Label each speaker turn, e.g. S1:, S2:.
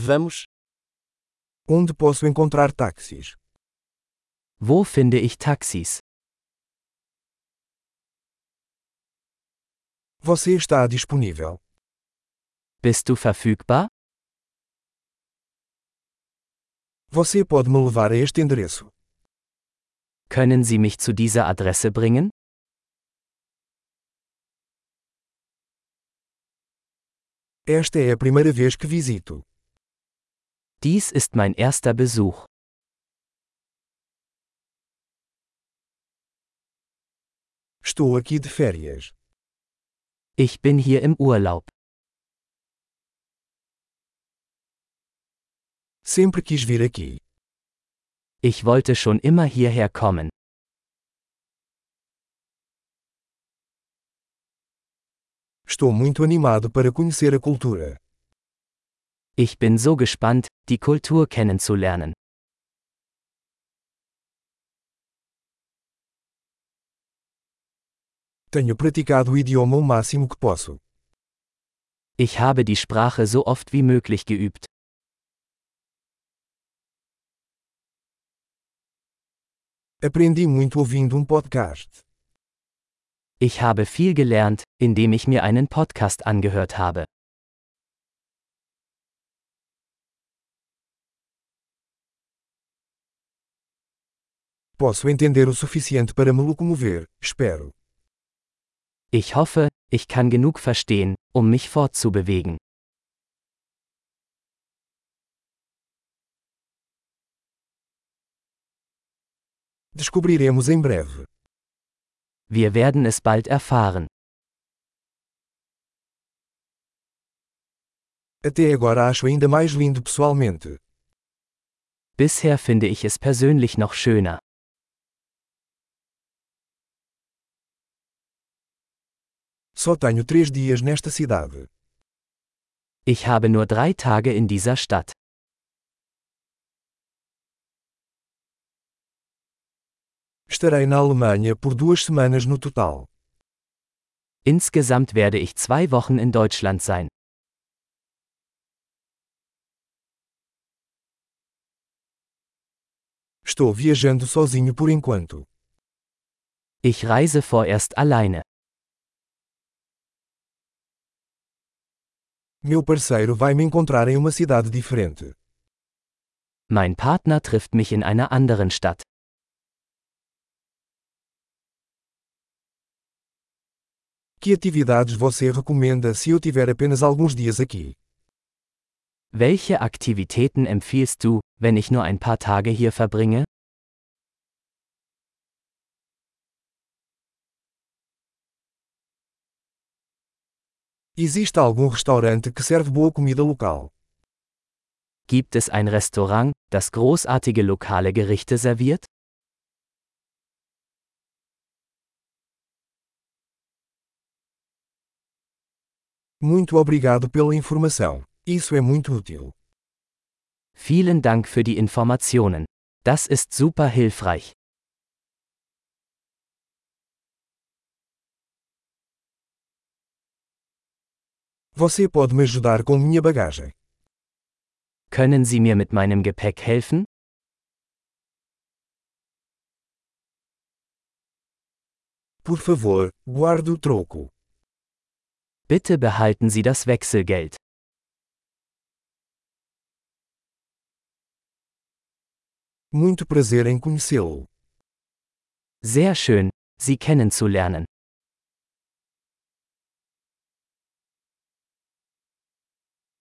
S1: Vamos.
S2: Onde posso encontrar táxis?
S1: Wo finde ich Taxis?
S2: Você está disponível?
S1: Bist du verfügbar?
S2: Você pode me levar a este endereço?
S1: Können Sie mich zu dieser Adresse bringen?
S2: Esta é a primeira vez que visito.
S1: Dies ist mein erster Besuch.
S2: Estou aqui de férias.
S1: Ich bin hier im Urlaub.
S2: Sempre quis vir aqui.
S1: Ich wollte schon immer hierher kommen.
S2: Estou muito animado para conhecer a cultura.
S1: Ich bin so gespannt, die Kultur kennenzulernen.
S2: Tenho praticado o idioma o máximo que posso.
S1: Ich habe die Sprache so oft wie möglich geübt.
S2: Aprendi muito ouvindo um podcast.
S1: Ich habe viel gelernt, indem ich mir einen Podcast angehört habe.
S2: Posso entender o suficiente para me locomover, espero.
S1: Ich hoffe, ich kann genug verstehen, um mich fortzubewegen.
S2: Descobriremos em breve.
S1: Wir werden es bald erfahren.
S2: Até agora acho ainda mais lindo pessoalmente.
S1: Bisher finde ich es persönlich noch schöner.
S2: Só tenho três dias nesta cidade.
S1: Ich habe nur drei Tage in dieser Stadt.
S2: Estarei na Alemanha por duas semanas no total.
S1: Insgesamt werde ich zwei Wochen in Deutschland sein.
S2: Estou viajando sozinho por enquanto.
S1: Ich reise vorerst alleine.
S2: Meu parceiro vai me encontrar em uma cidade diferente.
S1: Mein Partner trifft mich in einer anderen Stadt.
S2: Que atividades você recomenda se eu tiver apenas alguns dias aqui?
S1: Welche Aktivitäten empfiehlst du, wenn ich nur ein paar Tage hier verbringe?
S2: Existe algum restaurante que serve boa comida local?
S1: Gibt es ein Restaurant, das großartige lokale Gerichte serviert?
S2: Muito obrigado pela informação. Isso é muito útil.
S1: Vielen Dank für die Informationen. Das ist super hilfreich.
S2: Você pode me ajudar com minha bagagem.
S1: Können Sie mir mit meinem Gepäck helfen?
S2: Por favor, guarde o troco.
S1: Bitte behalten Sie das Wechselgeld.
S2: Muito prazer em conhecê-lo.
S1: Sehr schön, Sie kennenzulernen.